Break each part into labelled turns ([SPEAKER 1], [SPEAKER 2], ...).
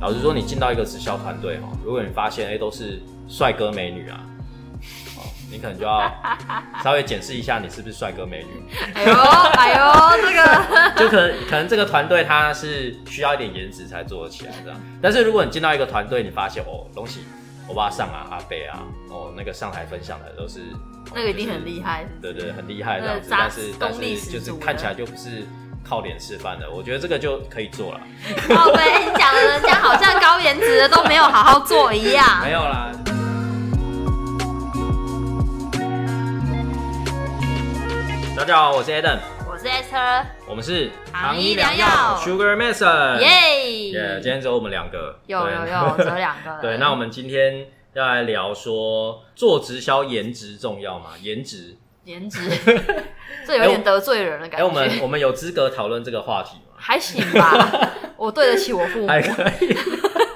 [SPEAKER 1] 老实说，你进到一个直销团队哈，如果你发现哎、都是帅哥美女啊，哦，你可能就 要稍微检视一下你是不是帅哥美女，
[SPEAKER 2] 哎呦哎呦，这个
[SPEAKER 1] 就可能可能这个团队它是需要一点颜值才做得起来这样。但是如果你进到一个团队，你发现哦，东西欧巴上啊、阿贝啊，哦，那个上台分享的都是
[SPEAKER 2] 那个一定很厉害，
[SPEAKER 1] 对对，很厉害这样子，
[SPEAKER 2] 那个
[SPEAKER 1] 但
[SPEAKER 2] 扎
[SPEAKER 1] 是但
[SPEAKER 2] 功力
[SPEAKER 1] 是
[SPEAKER 2] 十
[SPEAKER 1] 就是
[SPEAKER 2] 足
[SPEAKER 1] 看
[SPEAKER 2] 的
[SPEAKER 1] 起来就不是靠脸吃饭的，我觉得这个就可以做了。
[SPEAKER 2] 哦，被你讲的人家好像高颜值的都没有好好做一样
[SPEAKER 1] 没。有啦。大家好，我是 Adam，
[SPEAKER 2] 我是 Esther，
[SPEAKER 1] 我们是
[SPEAKER 2] 糖衣良药
[SPEAKER 1] Sugar Mason。耶嗯今
[SPEAKER 2] 耶，
[SPEAKER 1] 天只有我们两个。
[SPEAKER 2] 有
[SPEAKER 1] 对
[SPEAKER 2] 有有，只有两个 人。
[SPEAKER 1] 对，那我们今天要来聊说，做直销颜值重要吗？颜值，
[SPEAKER 2] 颜值，这有点得罪人的
[SPEAKER 1] 哎、
[SPEAKER 2] 感觉。
[SPEAKER 1] 我们我们有资格讨论这个话题吗？
[SPEAKER 2] 还行 吧，我对得起我父母。
[SPEAKER 1] 还可以。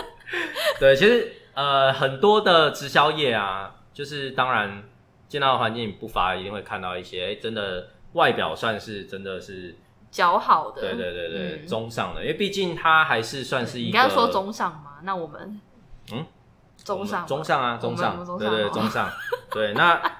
[SPEAKER 1] 对，其实呃，很多的直销业啊，就是当然见到的环境不乏，一定会看到一些、诶哎真的外表算是真的是，
[SPEAKER 2] 较好的。
[SPEAKER 1] 对对对对，
[SPEAKER 2] 嗯
[SPEAKER 1] 中上的，因为毕竟它还是算是一个，
[SPEAKER 2] 你刚刚说中上嘛？那我们
[SPEAKER 1] 嗯，
[SPEAKER 2] 中上
[SPEAKER 1] 中上啊，
[SPEAKER 2] 我们
[SPEAKER 1] 中上
[SPEAKER 2] 我们，中
[SPEAKER 1] 对
[SPEAKER 2] 上
[SPEAKER 1] 对
[SPEAKER 2] 哦
[SPEAKER 1] 中上，对那。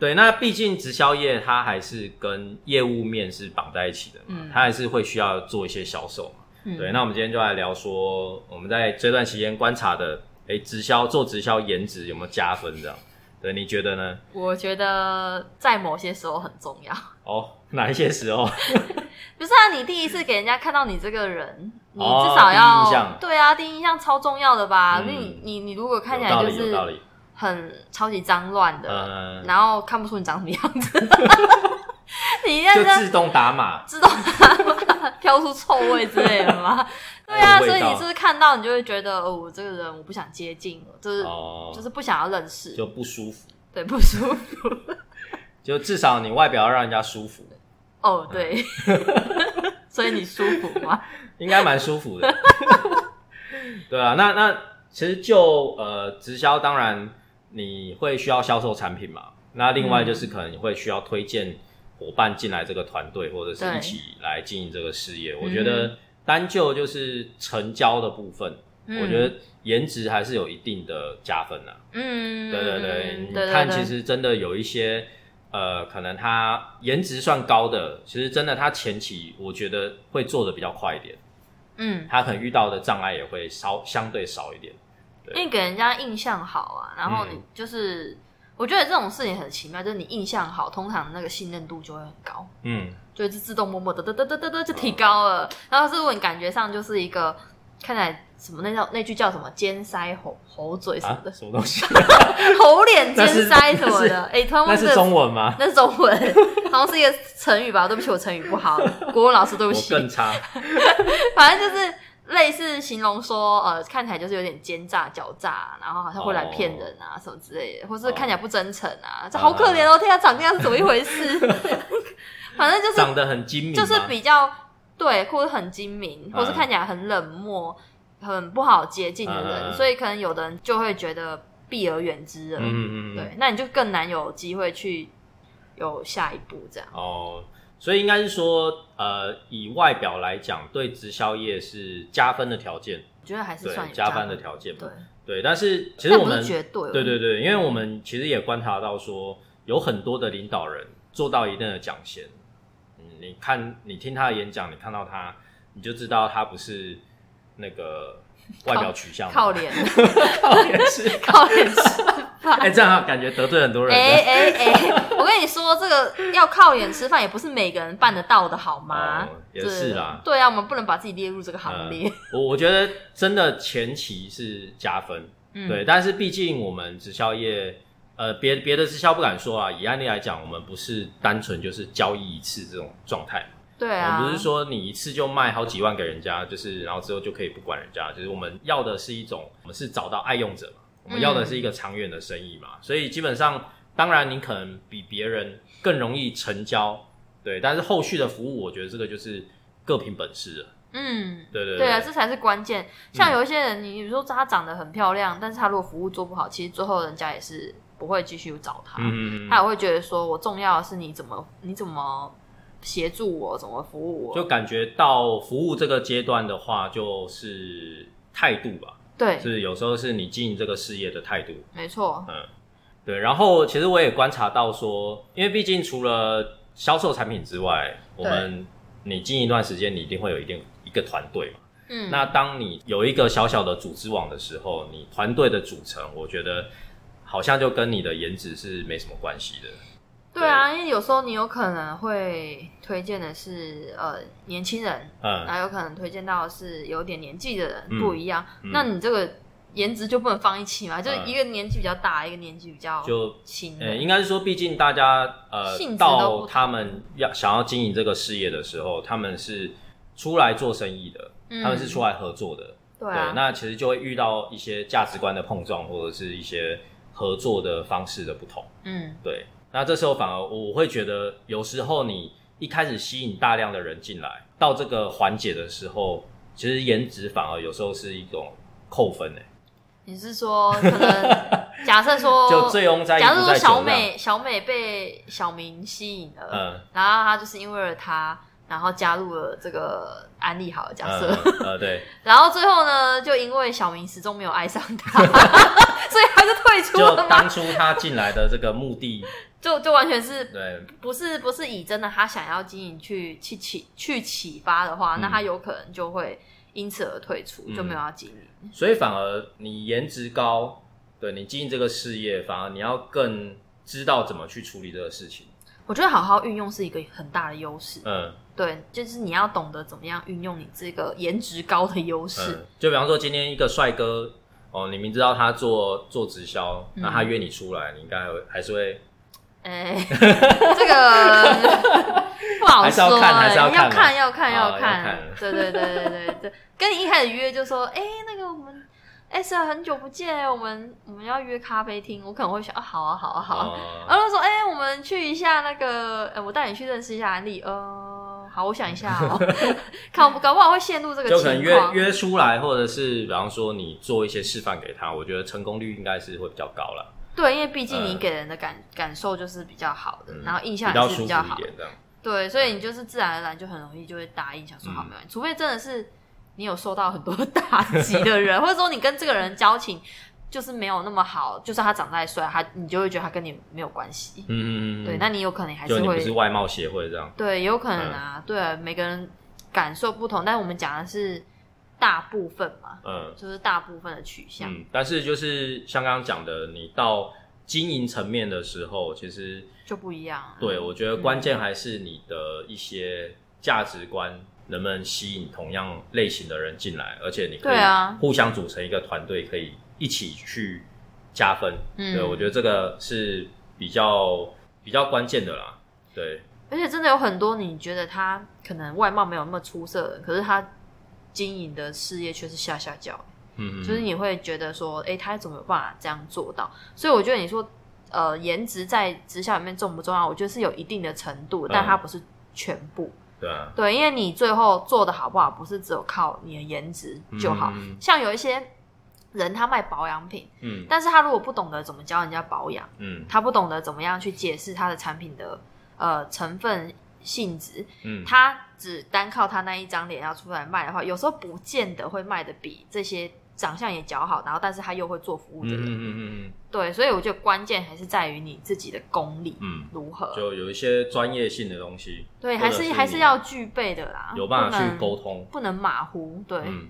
[SPEAKER 1] 对，那毕竟直销业它还是跟业务面是绑在一起的嘛，
[SPEAKER 2] 嗯
[SPEAKER 1] 它还是会需要做一些销售嘛。
[SPEAKER 2] 嗯
[SPEAKER 1] 对，那我们今天就来聊说，我们在这段期间观察的，哎，直销做直销颜值有没有加分？这样，对，你觉得呢？
[SPEAKER 2] 我觉得在某些时候很重要。
[SPEAKER 1] 哦，哪一些时候？
[SPEAKER 2] 不是啊，你第一次给人家看到你这个人，你
[SPEAKER 1] 哦
[SPEAKER 2] 至少要、
[SPEAKER 1] 第一印象
[SPEAKER 2] 对啊，第一印象超重要的吧？
[SPEAKER 1] 嗯
[SPEAKER 2] 那你你你如果看起
[SPEAKER 1] 有
[SPEAKER 2] 来
[SPEAKER 1] 道
[SPEAKER 2] 就
[SPEAKER 1] 理，有
[SPEAKER 2] 是
[SPEAKER 1] 道理。
[SPEAKER 2] 很超级脏乱的，
[SPEAKER 1] 嗯，
[SPEAKER 2] 然后看不出你长什么 样子，你认
[SPEAKER 1] 就
[SPEAKER 2] 真
[SPEAKER 1] 自动打码。
[SPEAKER 2] 知道它飘出臭味之类的 吗？对啊，
[SPEAKER 1] 哎有味
[SPEAKER 2] 所
[SPEAKER 1] 道
[SPEAKER 2] 以你是不是看到你就会觉得，哦，我这个人我不想接近，就是、
[SPEAKER 1] 哦，
[SPEAKER 2] 就是不想要认识，
[SPEAKER 1] 就不舒服，
[SPEAKER 2] 对，不舒服。
[SPEAKER 1] 就至少你外表要让人家舒服，
[SPEAKER 2] 哦，对， 所以你舒服吗？
[SPEAKER 1] 应该蛮舒服 的。对啊，那那其实就呃直销，当然你会需要销售产品嘛。那另
[SPEAKER 2] 嗯
[SPEAKER 1] 外就是可能你会需要推荐伙伴进来这个团队，或者是
[SPEAKER 2] 对
[SPEAKER 1] 一起来经营这个事
[SPEAKER 2] 嗯
[SPEAKER 1] 业。我觉得单就就是成交的部分，
[SPEAKER 2] 嗯
[SPEAKER 1] 我觉得颜值还是有一定的加分啊。
[SPEAKER 2] 嗯，嗯，
[SPEAKER 1] 对对对，
[SPEAKER 2] 嗯
[SPEAKER 1] 你
[SPEAKER 2] 对
[SPEAKER 1] 看，
[SPEAKER 2] 对
[SPEAKER 1] 其实真的有一些，呃，可能他颜值算高的，其实真的他前期我觉得会做的比较快一点，
[SPEAKER 2] 嗯，
[SPEAKER 1] 他可能遇到的障碍也会稍相对少一点。对
[SPEAKER 2] 因为给人家印象好啊，然后你
[SPEAKER 1] 嗯
[SPEAKER 2] 就是，我觉得这种事情很奇妙，就是你印象好，通常那个信任度就会很高，
[SPEAKER 1] 嗯，
[SPEAKER 2] 就是自动默默的得得得得得就提高了。然后是如果你感觉上就是一个看起来什么那叫那句叫什么尖腮猴猴嘴什么
[SPEAKER 1] 啊
[SPEAKER 2] 的，，
[SPEAKER 1] 什么东西？
[SPEAKER 2] 猴脸尖
[SPEAKER 1] 那是
[SPEAKER 2] 腮什么的，哎，突
[SPEAKER 1] 那
[SPEAKER 2] 然忘记
[SPEAKER 1] 是中文吗？
[SPEAKER 2] 那是中文， 好像是一个成语吧？对不起，我成语不好，国文老师对不
[SPEAKER 1] 我
[SPEAKER 2] 起。
[SPEAKER 1] 更 差。
[SPEAKER 2] 反正就是类似形容说，呃，看起来就是有点奸诈、狡诈，然后好像会来骗人啊、
[SPEAKER 1] 哦
[SPEAKER 2] 什么之类的，或是看起来不真诚啊，这好可怜哦！天啊，长这样是怎么一回事？ 反正就是
[SPEAKER 1] 长得很精明吗，
[SPEAKER 2] 就是比较对，或者很精明，
[SPEAKER 1] 嗯
[SPEAKER 2] 或是看起来很冷漠、很不好接近的人，
[SPEAKER 1] 嗯嗯嗯
[SPEAKER 2] 所以可能有的人就会觉得避而远之了。
[SPEAKER 1] 嗯嗯嗯，
[SPEAKER 2] 对，那你就更难有机会去有下一步这样。
[SPEAKER 1] 哦，所以应该是说，呃，以外表来讲，对直销业是加分的条件，
[SPEAKER 2] 我觉得还是
[SPEAKER 1] 对
[SPEAKER 2] 算有
[SPEAKER 1] 加分的条件嘛
[SPEAKER 2] 对，，
[SPEAKER 1] 对，但是其实
[SPEAKER 2] 但
[SPEAKER 1] 我
[SPEAKER 2] 不
[SPEAKER 1] 们
[SPEAKER 2] 是绝对哦，
[SPEAKER 1] 对对对，因为我们其实也观察到说，有很多的领导人做到一定的奖衔，嗯，你看你听他的演讲，你看到他，你就知道他不是那个外表取向
[SPEAKER 2] 靠脸。
[SPEAKER 1] 靠脸是，
[SPEAKER 2] 靠脸吃
[SPEAKER 1] 哎、
[SPEAKER 2] 饭。
[SPEAKER 1] 这样感觉得罪很多
[SPEAKER 2] 哎
[SPEAKER 1] 人。
[SPEAKER 2] 哎哎！ 我跟你说，这个要靠脸吃饭也不是每个人办得到的，好吗？
[SPEAKER 1] 哦也是啦
[SPEAKER 2] 对对啊，我们不能把自己列入这个 行列。
[SPEAKER 1] 我我觉得真的前期是加分，
[SPEAKER 2] 嗯，
[SPEAKER 1] 对，但是毕竟我们直销业，呃，别别的直销不敢说啊，以案例来讲，我们不是单纯就是交易一次这种状态。
[SPEAKER 2] 对
[SPEAKER 1] 我
[SPEAKER 2] 啊，
[SPEAKER 1] 们不是说你一次就卖好几万给人家，就是然后之后就可以不管人家，就是我们要的是一种，我们是找到爱用者嘛，我们要的是一个长远的生意嘛，所以基本上，当然你可能比别人更容易成交，对，但是后续的服务，我觉得这个就是各凭本事了，
[SPEAKER 2] 嗯，
[SPEAKER 1] 对对嗯
[SPEAKER 2] 对啊，这才是关键。像有一些人，你你说她长得很漂亮，但是她如果服务做不好，其实最后人家也是不会继续找她。
[SPEAKER 1] 嗯嗯嗯
[SPEAKER 2] 他也会觉得说，我重要的是你怎么你怎么协助我，怎么服务我，
[SPEAKER 1] 就感觉到服务这个阶段的话，就是态度吧，
[SPEAKER 2] 对，
[SPEAKER 1] 是有时候是你经营这个事业的态度。
[SPEAKER 2] 没错，
[SPEAKER 1] 对，然后其实我也观察到说，因为毕竟除了销售产品之外，我们你经营一段时间，你一定会有一定一个团队嘛。
[SPEAKER 2] 嗯，
[SPEAKER 1] 那当你有一个小小的组织网的时候，你团队的组成，我觉得好像就跟你的颜值是没什么关系的。
[SPEAKER 2] 对啊，因为有时候你有可能会推荐的是呃年轻人，
[SPEAKER 1] 嗯，
[SPEAKER 2] 然后有可能推荐到的是有点年纪的人，
[SPEAKER 1] 嗯
[SPEAKER 2] 不一样，
[SPEAKER 1] 嗯
[SPEAKER 2] 那你这个颜值就不能放一起嘛，就
[SPEAKER 1] 嗯
[SPEAKER 2] 一个年纪比较大，一个年纪比较
[SPEAKER 1] 就
[SPEAKER 2] 轻的，
[SPEAKER 1] 呃、应该是说，毕竟大家呃
[SPEAKER 2] 性质都不
[SPEAKER 1] 到
[SPEAKER 2] 同
[SPEAKER 1] 他们要想要经营这个事业的时候，他们是出来做生意的，
[SPEAKER 2] 嗯
[SPEAKER 1] 他们是出来合作的。对，
[SPEAKER 2] 对啊，
[SPEAKER 1] 那其实就会遇到一些价值观的碰撞，或者是一些合作的方式的不同。
[SPEAKER 2] 嗯，
[SPEAKER 1] 对，那这时候反而我会觉得，有时候你一开始吸引大量的人进来，到这个环节的时候，其实颜值反而有时候是一种扣分欸诶、
[SPEAKER 2] 你是说可 能假设说
[SPEAKER 1] 就醉翁在
[SPEAKER 2] 哦假
[SPEAKER 1] 意不
[SPEAKER 2] 如说
[SPEAKER 1] 在
[SPEAKER 2] 小
[SPEAKER 1] 酒量。
[SPEAKER 2] 美小美被小明吸引了，
[SPEAKER 1] 嗯，
[SPEAKER 2] 然后她就是因为了他，然后加入了这个安利好了假设，
[SPEAKER 1] 嗯呃， 对，
[SPEAKER 2] 然后最后呢，就因为小明始终没有爱上 他，所以他就退出
[SPEAKER 1] 就
[SPEAKER 2] 了嘛，
[SPEAKER 1] 当初他进来的这个目的，
[SPEAKER 2] 就就完全是
[SPEAKER 1] 对，
[SPEAKER 2] 不是不是以真的他想要经营去去启去启发的话，
[SPEAKER 1] 嗯
[SPEAKER 2] 那他有可能就会因此而退出，
[SPEAKER 1] 嗯
[SPEAKER 2] 就没有要经营。
[SPEAKER 1] 所以反而你颜值高，对你经营这个事业，反而你要更知道怎么去处理这个事情。
[SPEAKER 2] 我觉得好好运用是一个很大的优势，
[SPEAKER 1] 嗯，
[SPEAKER 2] 对，就是你要懂得怎么样运用你这个颜值高的优势。
[SPEAKER 1] 嗯，就比方说今天一个帅哥哦，你明知道他做做直销，
[SPEAKER 2] 嗯
[SPEAKER 1] 那他约你出来，你应该会还是会嗯
[SPEAKER 2] 哎、 这个不好
[SPEAKER 1] 还是要
[SPEAKER 2] 说、
[SPEAKER 1] 看
[SPEAKER 2] 哎
[SPEAKER 1] 还是要看嘛
[SPEAKER 2] 看，要看，
[SPEAKER 1] 哦
[SPEAKER 2] 要
[SPEAKER 1] 要
[SPEAKER 2] 看
[SPEAKER 1] 看。
[SPEAKER 2] 对对对对对对，跟你一开始约就说，哎、那个我们，哎、是啊很久不见，我们我们要约咖啡厅，我可能会想，啊，好啊，好啊，好啊。
[SPEAKER 1] 哦
[SPEAKER 2] 然后就说，哎、我们去一下那个，呃，我带你去认识一下安利，呃，好，我想一下哦， 看搞不好会陷入这个
[SPEAKER 1] 就可能
[SPEAKER 2] 情
[SPEAKER 1] 约
[SPEAKER 2] 况。
[SPEAKER 1] 约出来，或者是比方说你做一些示范给他，我觉得成功率应该是会比较高了，
[SPEAKER 2] 对，因为毕竟你
[SPEAKER 1] 嗯
[SPEAKER 2] 给人的感、感受就是比较好的，
[SPEAKER 1] 嗯
[SPEAKER 2] 然后印象
[SPEAKER 1] 比较
[SPEAKER 2] 也是
[SPEAKER 1] 舒服
[SPEAKER 2] 比较好
[SPEAKER 1] 一。点这样。
[SPEAKER 2] 对，所以你就是自然而然就很容易就会答应，想说好
[SPEAKER 1] 嗯
[SPEAKER 2] 没问题，除非真的是你有受到很多 打击的人，或者说你跟这个人交情就是没有那么好，就算他长再帅，他你就会觉得他跟你没有关系。
[SPEAKER 1] 嗯嗯嗯，嗯
[SPEAKER 2] 对，那你有可能还是
[SPEAKER 1] 就你不是
[SPEAKER 2] 会
[SPEAKER 1] 外貌协会这样，
[SPEAKER 2] 对，也有可
[SPEAKER 1] 嗯
[SPEAKER 2] 能啊，对啊，每个人感受不同，但我们讲的是大部分嘛，
[SPEAKER 1] 嗯
[SPEAKER 2] 就是大部分的取向。
[SPEAKER 1] 嗯，但是就是像刚刚讲的，你到经营层面的时候，其实
[SPEAKER 2] 就不一样啊。
[SPEAKER 1] 对，我觉得关键还是你的一些价值观能不能吸引同样类型的人进来，而且你可
[SPEAKER 2] 对啊
[SPEAKER 1] 以互相组成一个团队，可以一起去加分。
[SPEAKER 2] 嗯
[SPEAKER 1] 对，我觉得这个是比较比较关键的啦。对，
[SPEAKER 2] 而且真的有很多你觉得他可能外貌没有那么出色的人，可是他经营的事业却是下下脚，
[SPEAKER 1] 嗯，
[SPEAKER 2] 就是你会觉得说，诶，他怎么有办法这样做到？所以我觉得你说，呃，颜值在职校里面重不重要？我觉得是有一定的程度，但
[SPEAKER 1] 嗯
[SPEAKER 2] 它不是全部。
[SPEAKER 1] 对啊，
[SPEAKER 2] 对，因为你最后做的好不好，不是只有靠你的颜值就好。
[SPEAKER 1] 嗯
[SPEAKER 2] 像有一些人他卖保养品，
[SPEAKER 1] 嗯
[SPEAKER 2] 但是他如果不懂得怎么教人家保养。
[SPEAKER 1] 嗯
[SPEAKER 2] 他不懂得怎么样去解释他的产品的呃成分性质，
[SPEAKER 1] 嗯，
[SPEAKER 2] 他只单靠他那一张脸要出来卖的话，有时候不见得会卖的比这些长相也姣好，然后但是他又会做服务
[SPEAKER 1] 嗯嗯
[SPEAKER 2] 的人，
[SPEAKER 1] 嗯嗯
[SPEAKER 2] 对，所以我觉得关键还是在于你自己的功力
[SPEAKER 1] 嗯
[SPEAKER 2] 如
[SPEAKER 1] 嗯，
[SPEAKER 2] 何，
[SPEAKER 1] 就有一些专业性的东西，
[SPEAKER 2] 对，
[SPEAKER 1] 或
[SPEAKER 2] 还
[SPEAKER 1] 者
[SPEAKER 2] 是
[SPEAKER 1] 是
[SPEAKER 2] 还是
[SPEAKER 1] 你
[SPEAKER 2] 要具备的啦，
[SPEAKER 1] 有办法
[SPEAKER 2] 不
[SPEAKER 1] 去
[SPEAKER 2] 能
[SPEAKER 1] 沟，通。
[SPEAKER 2] 不能马虎，对，
[SPEAKER 1] 嗯，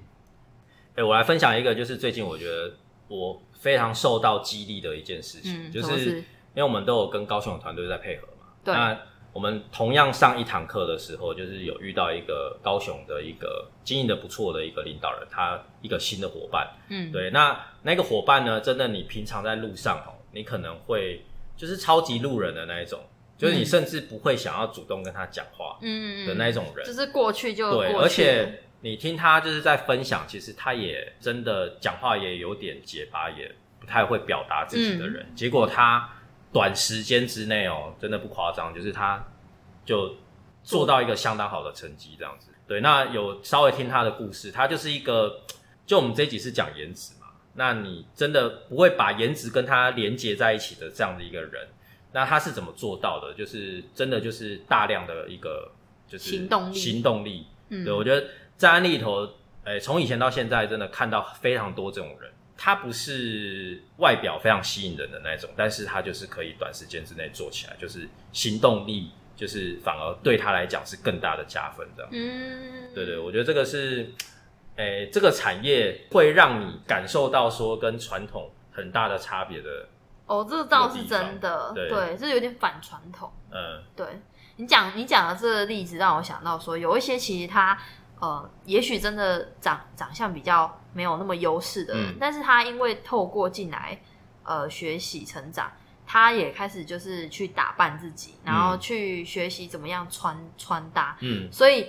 [SPEAKER 1] 哎、我来分享一个，就是最近我觉得我非常受到激励的一件事情，
[SPEAKER 2] 嗯，
[SPEAKER 1] 就
[SPEAKER 2] 什么
[SPEAKER 1] 是
[SPEAKER 2] 事
[SPEAKER 1] 因为我们都有跟高雄的团队在配合嘛。
[SPEAKER 2] 对
[SPEAKER 1] 那我们同样上一堂课的时候，就是有遇到一个高雄的一个经营的不错的一个领导人，他一个新的伙伴。
[SPEAKER 2] 嗯，
[SPEAKER 1] 对，那那个伙伴呢，真的你平常在路上哦，你可能会就是超级路人的那一种，就是你
[SPEAKER 2] 嗯
[SPEAKER 1] 甚至不会想要主动跟他讲话
[SPEAKER 2] 嗯，嗯
[SPEAKER 1] 的那一种人。
[SPEAKER 2] 就是过去就
[SPEAKER 1] 对，
[SPEAKER 2] 过
[SPEAKER 1] 而
[SPEAKER 2] 去了
[SPEAKER 1] 且你听他就是在分享，其实他也真的讲话也有点结巴，也不太会表达自己的人。
[SPEAKER 2] 嗯
[SPEAKER 1] 结果他短时间之内哦，真的不夸张，就是他就做到一个相当好的成绩，这样子。对，那有稍微听他的故事，他就是一个，就我们这一集是讲颜值嘛，那你真的不会把颜值跟他连接在一起的这样的一个人，那他是怎么做到的？就是真的就是大量的一个就是
[SPEAKER 2] 行动力
[SPEAKER 1] 行动力。
[SPEAKER 2] 嗯
[SPEAKER 1] 对，我觉得在案例里头，哎、从以前到现在，真的看到非常多这种人。他不是外表非常吸引人的那种，但是他就是可以短时间之内做起来，就是行动力，就是反而对他来讲是更大的加分这样。
[SPEAKER 2] 嗯，
[SPEAKER 1] 对对，我觉得这个是，诶、这个产业会让你感受到说跟传统很大的差别的，
[SPEAKER 2] 哦，这倒是真的，
[SPEAKER 1] 对
[SPEAKER 2] 对，这有点反传统。
[SPEAKER 1] 嗯，
[SPEAKER 2] 对你讲你讲的这个例子，让我想到说，有一些其实他呃，也许真的长长相比较没有那么优势的人，
[SPEAKER 1] 嗯
[SPEAKER 2] 但是他因为透过进来呃学习成长，他也开始就是去打扮自己，然后
[SPEAKER 1] 嗯
[SPEAKER 2] 去学习怎么样穿穿搭，
[SPEAKER 1] 嗯，
[SPEAKER 2] 所以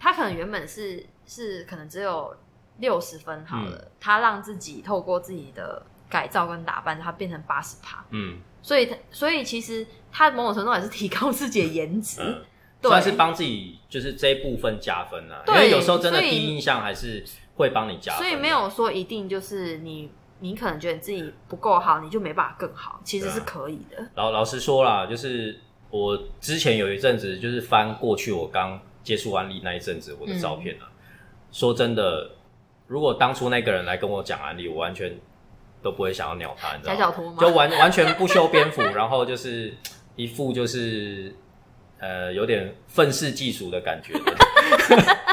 [SPEAKER 2] 他可能原本是是可能只有六十分好了，
[SPEAKER 1] 嗯
[SPEAKER 2] 他让自己透过自己的改造跟打扮，他变成八十趴。
[SPEAKER 1] 嗯，
[SPEAKER 2] 所以他，所以其实他某种程度也是提高自己的颜值，
[SPEAKER 1] 嗯，
[SPEAKER 2] 对
[SPEAKER 1] 算是帮自己就是这一部分加分啊啦、因
[SPEAKER 2] 对
[SPEAKER 1] 为有时候真的
[SPEAKER 2] 所以
[SPEAKER 1] 第一印象还是会帮你加分，
[SPEAKER 2] 所以没，有说一定就是你，你可能觉得你自己不够好，你就没办法更好，其
[SPEAKER 1] 啊
[SPEAKER 2] 实是可以的。
[SPEAKER 1] 老老实说啦，就是我之前有一阵子就是翻过去我刚接触安利那一阵子我的照片啊，
[SPEAKER 2] 嗯
[SPEAKER 1] 说真的，如果当初那个人来跟我讲安利，我完全都不会想要鸟他，你知道
[SPEAKER 2] 夹
[SPEAKER 1] 吗？
[SPEAKER 2] 脚拖
[SPEAKER 1] 就
[SPEAKER 2] 吗？
[SPEAKER 1] 完完全不修边幅， 然后就是一副就是呃有点愤世嫉俗的感觉 的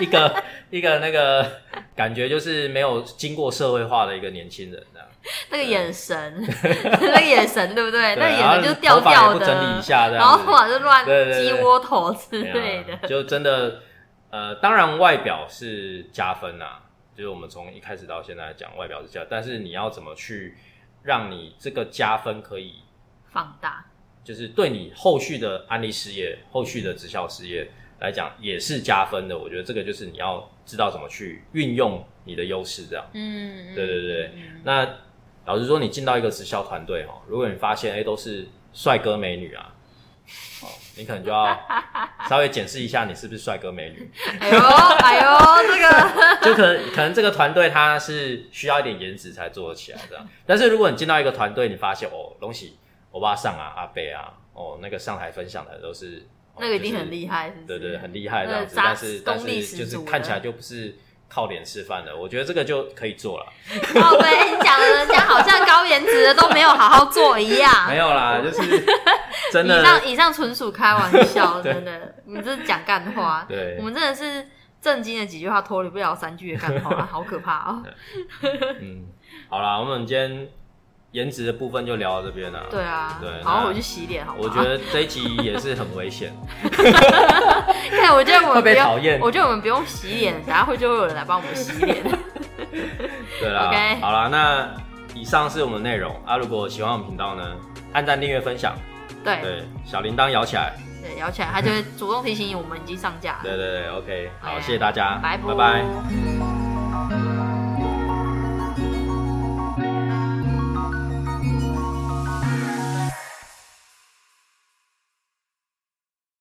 [SPEAKER 1] 一个一个那个感觉就是没有经过社会化的一个年轻人这样，
[SPEAKER 2] 那个眼神， 那个眼神，对不对？哎那个眼神就是
[SPEAKER 1] 然后
[SPEAKER 2] 掉
[SPEAKER 1] 头发也
[SPEAKER 2] 掉
[SPEAKER 1] 不整理一
[SPEAKER 2] 的，
[SPEAKER 1] 下这
[SPEAKER 2] 然后
[SPEAKER 1] 样
[SPEAKER 2] 头
[SPEAKER 1] 子，
[SPEAKER 2] 发就乱
[SPEAKER 1] 对对
[SPEAKER 2] 鸡
[SPEAKER 1] 对
[SPEAKER 2] 窝头之
[SPEAKER 1] 对啊
[SPEAKER 2] 类的。
[SPEAKER 1] 就真的呃，当然外表是加分啦、就是我们从一开始到现在讲外表是加，但是你要怎么去让你这个加分可以
[SPEAKER 2] 放大，
[SPEAKER 1] 就是对你后续的安利事业、后续的直销事业来讲也是加分的。我觉得这个就是你要知道怎么去运用你的优势，这样。
[SPEAKER 2] 嗯，嗯
[SPEAKER 1] 对对对，
[SPEAKER 2] 嗯
[SPEAKER 1] 那老实说，你进到一个直销团队哦，如果你发现哎都是帅哥美女啊，哦，你可能就要稍微检视一下你是不是帅哥美女，
[SPEAKER 2] 哎呦 哎呦，这个
[SPEAKER 1] 就可能可能这个团队它是需要一点颜值才做得起来这样。但是如果你进到一个团队，你发现哦，东西欧巴上啊、阿贝啊，哦那个上台分享的都是、哦
[SPEAKER 2] 那个一定
[SPEAKER 1] 就是
[SPEAKER 2] 很厉害，是不是
[SPEAKER 1] 对对，很厉害这
[SPEAKER 2] 那
[SPEAKER 1] 样子，
[SPEAKER 2] 扎
[SPEAKER 1] 但是但
[SPEAKER 2] 功力
[SPEAKER 1] 是
[SPEAKER 2] 十
[SPEAKER 1] 就是
[SPEAKER 2] 足
[SPEAKER 1] 看起
[SPEAKER 2] 的
[SPEAKER 1] 来就不是靠脸吃饭的，我觉得这个就可以做了。
[SPEAKER 2] 哦，对，哎你讲的人家好像高颜值的都没有好好做一 样。
[SPEAKER 1] 没有啦，就是哎 真
[SPEAKER 2] 以
[SPEAKER 1] 的
[SPEAKER 2] 上以上纯属开玩 笑，
[SPEAKER 1] 对
[SPEAKER 2] 真的，我们这是讲干话。
[SPEAKER 1] 对
[SPEAKER 2] 我，们真的是震惊的几句话脱离不了三句的 干话，好可怕哦！
[SPEAKER 1] 嗯，好啦，我们今天颜值的部分就聊到这边了。
[SPEAKER 2] 对啊
[SPEAKER 1] 对，
[SPEAKER 2] 好，
[SPEAKER 1] 那
[SPEAKER 2] 我去洗脸，好不
[SPEAKER 1] 我
[SPEAKER 2] 好？
[SPEAKER 1] 觉得这一集也是很危险，
[SPEAKER 2] 对，我觉得
[SPEAKER 1] 会
[SPEAKER 2] 我们不
[SPEAKER 1] 被讨厌
[SPEAKER 2] 用，我觉得我们不用洗 脸，等下会就会有人来帮我们洗脸。
[SPEAKER 1] 对啦。
[SPEAKER 2] OK
[SPEAKER 1] 好啦，那以上是我们的内容啊。如果喜欢我们频道呢，按赞、订阅、分享，
[SPEAKER 2] 对
[SPEAKER 1] 对，小铃铛摇起来，
[SPEAKER 2] 对，摇起来，他就会主动提醒你我们已经上架了。
[SPEAKER 1] 对对对，OK，好，
[SPEAKER 2] OK
[SPEAKER 1] 谢谢大家，
[SPEAKER 2] 啊拜
[SPEAKER 1] 拜拜。
[SPEAKER 2] 拜。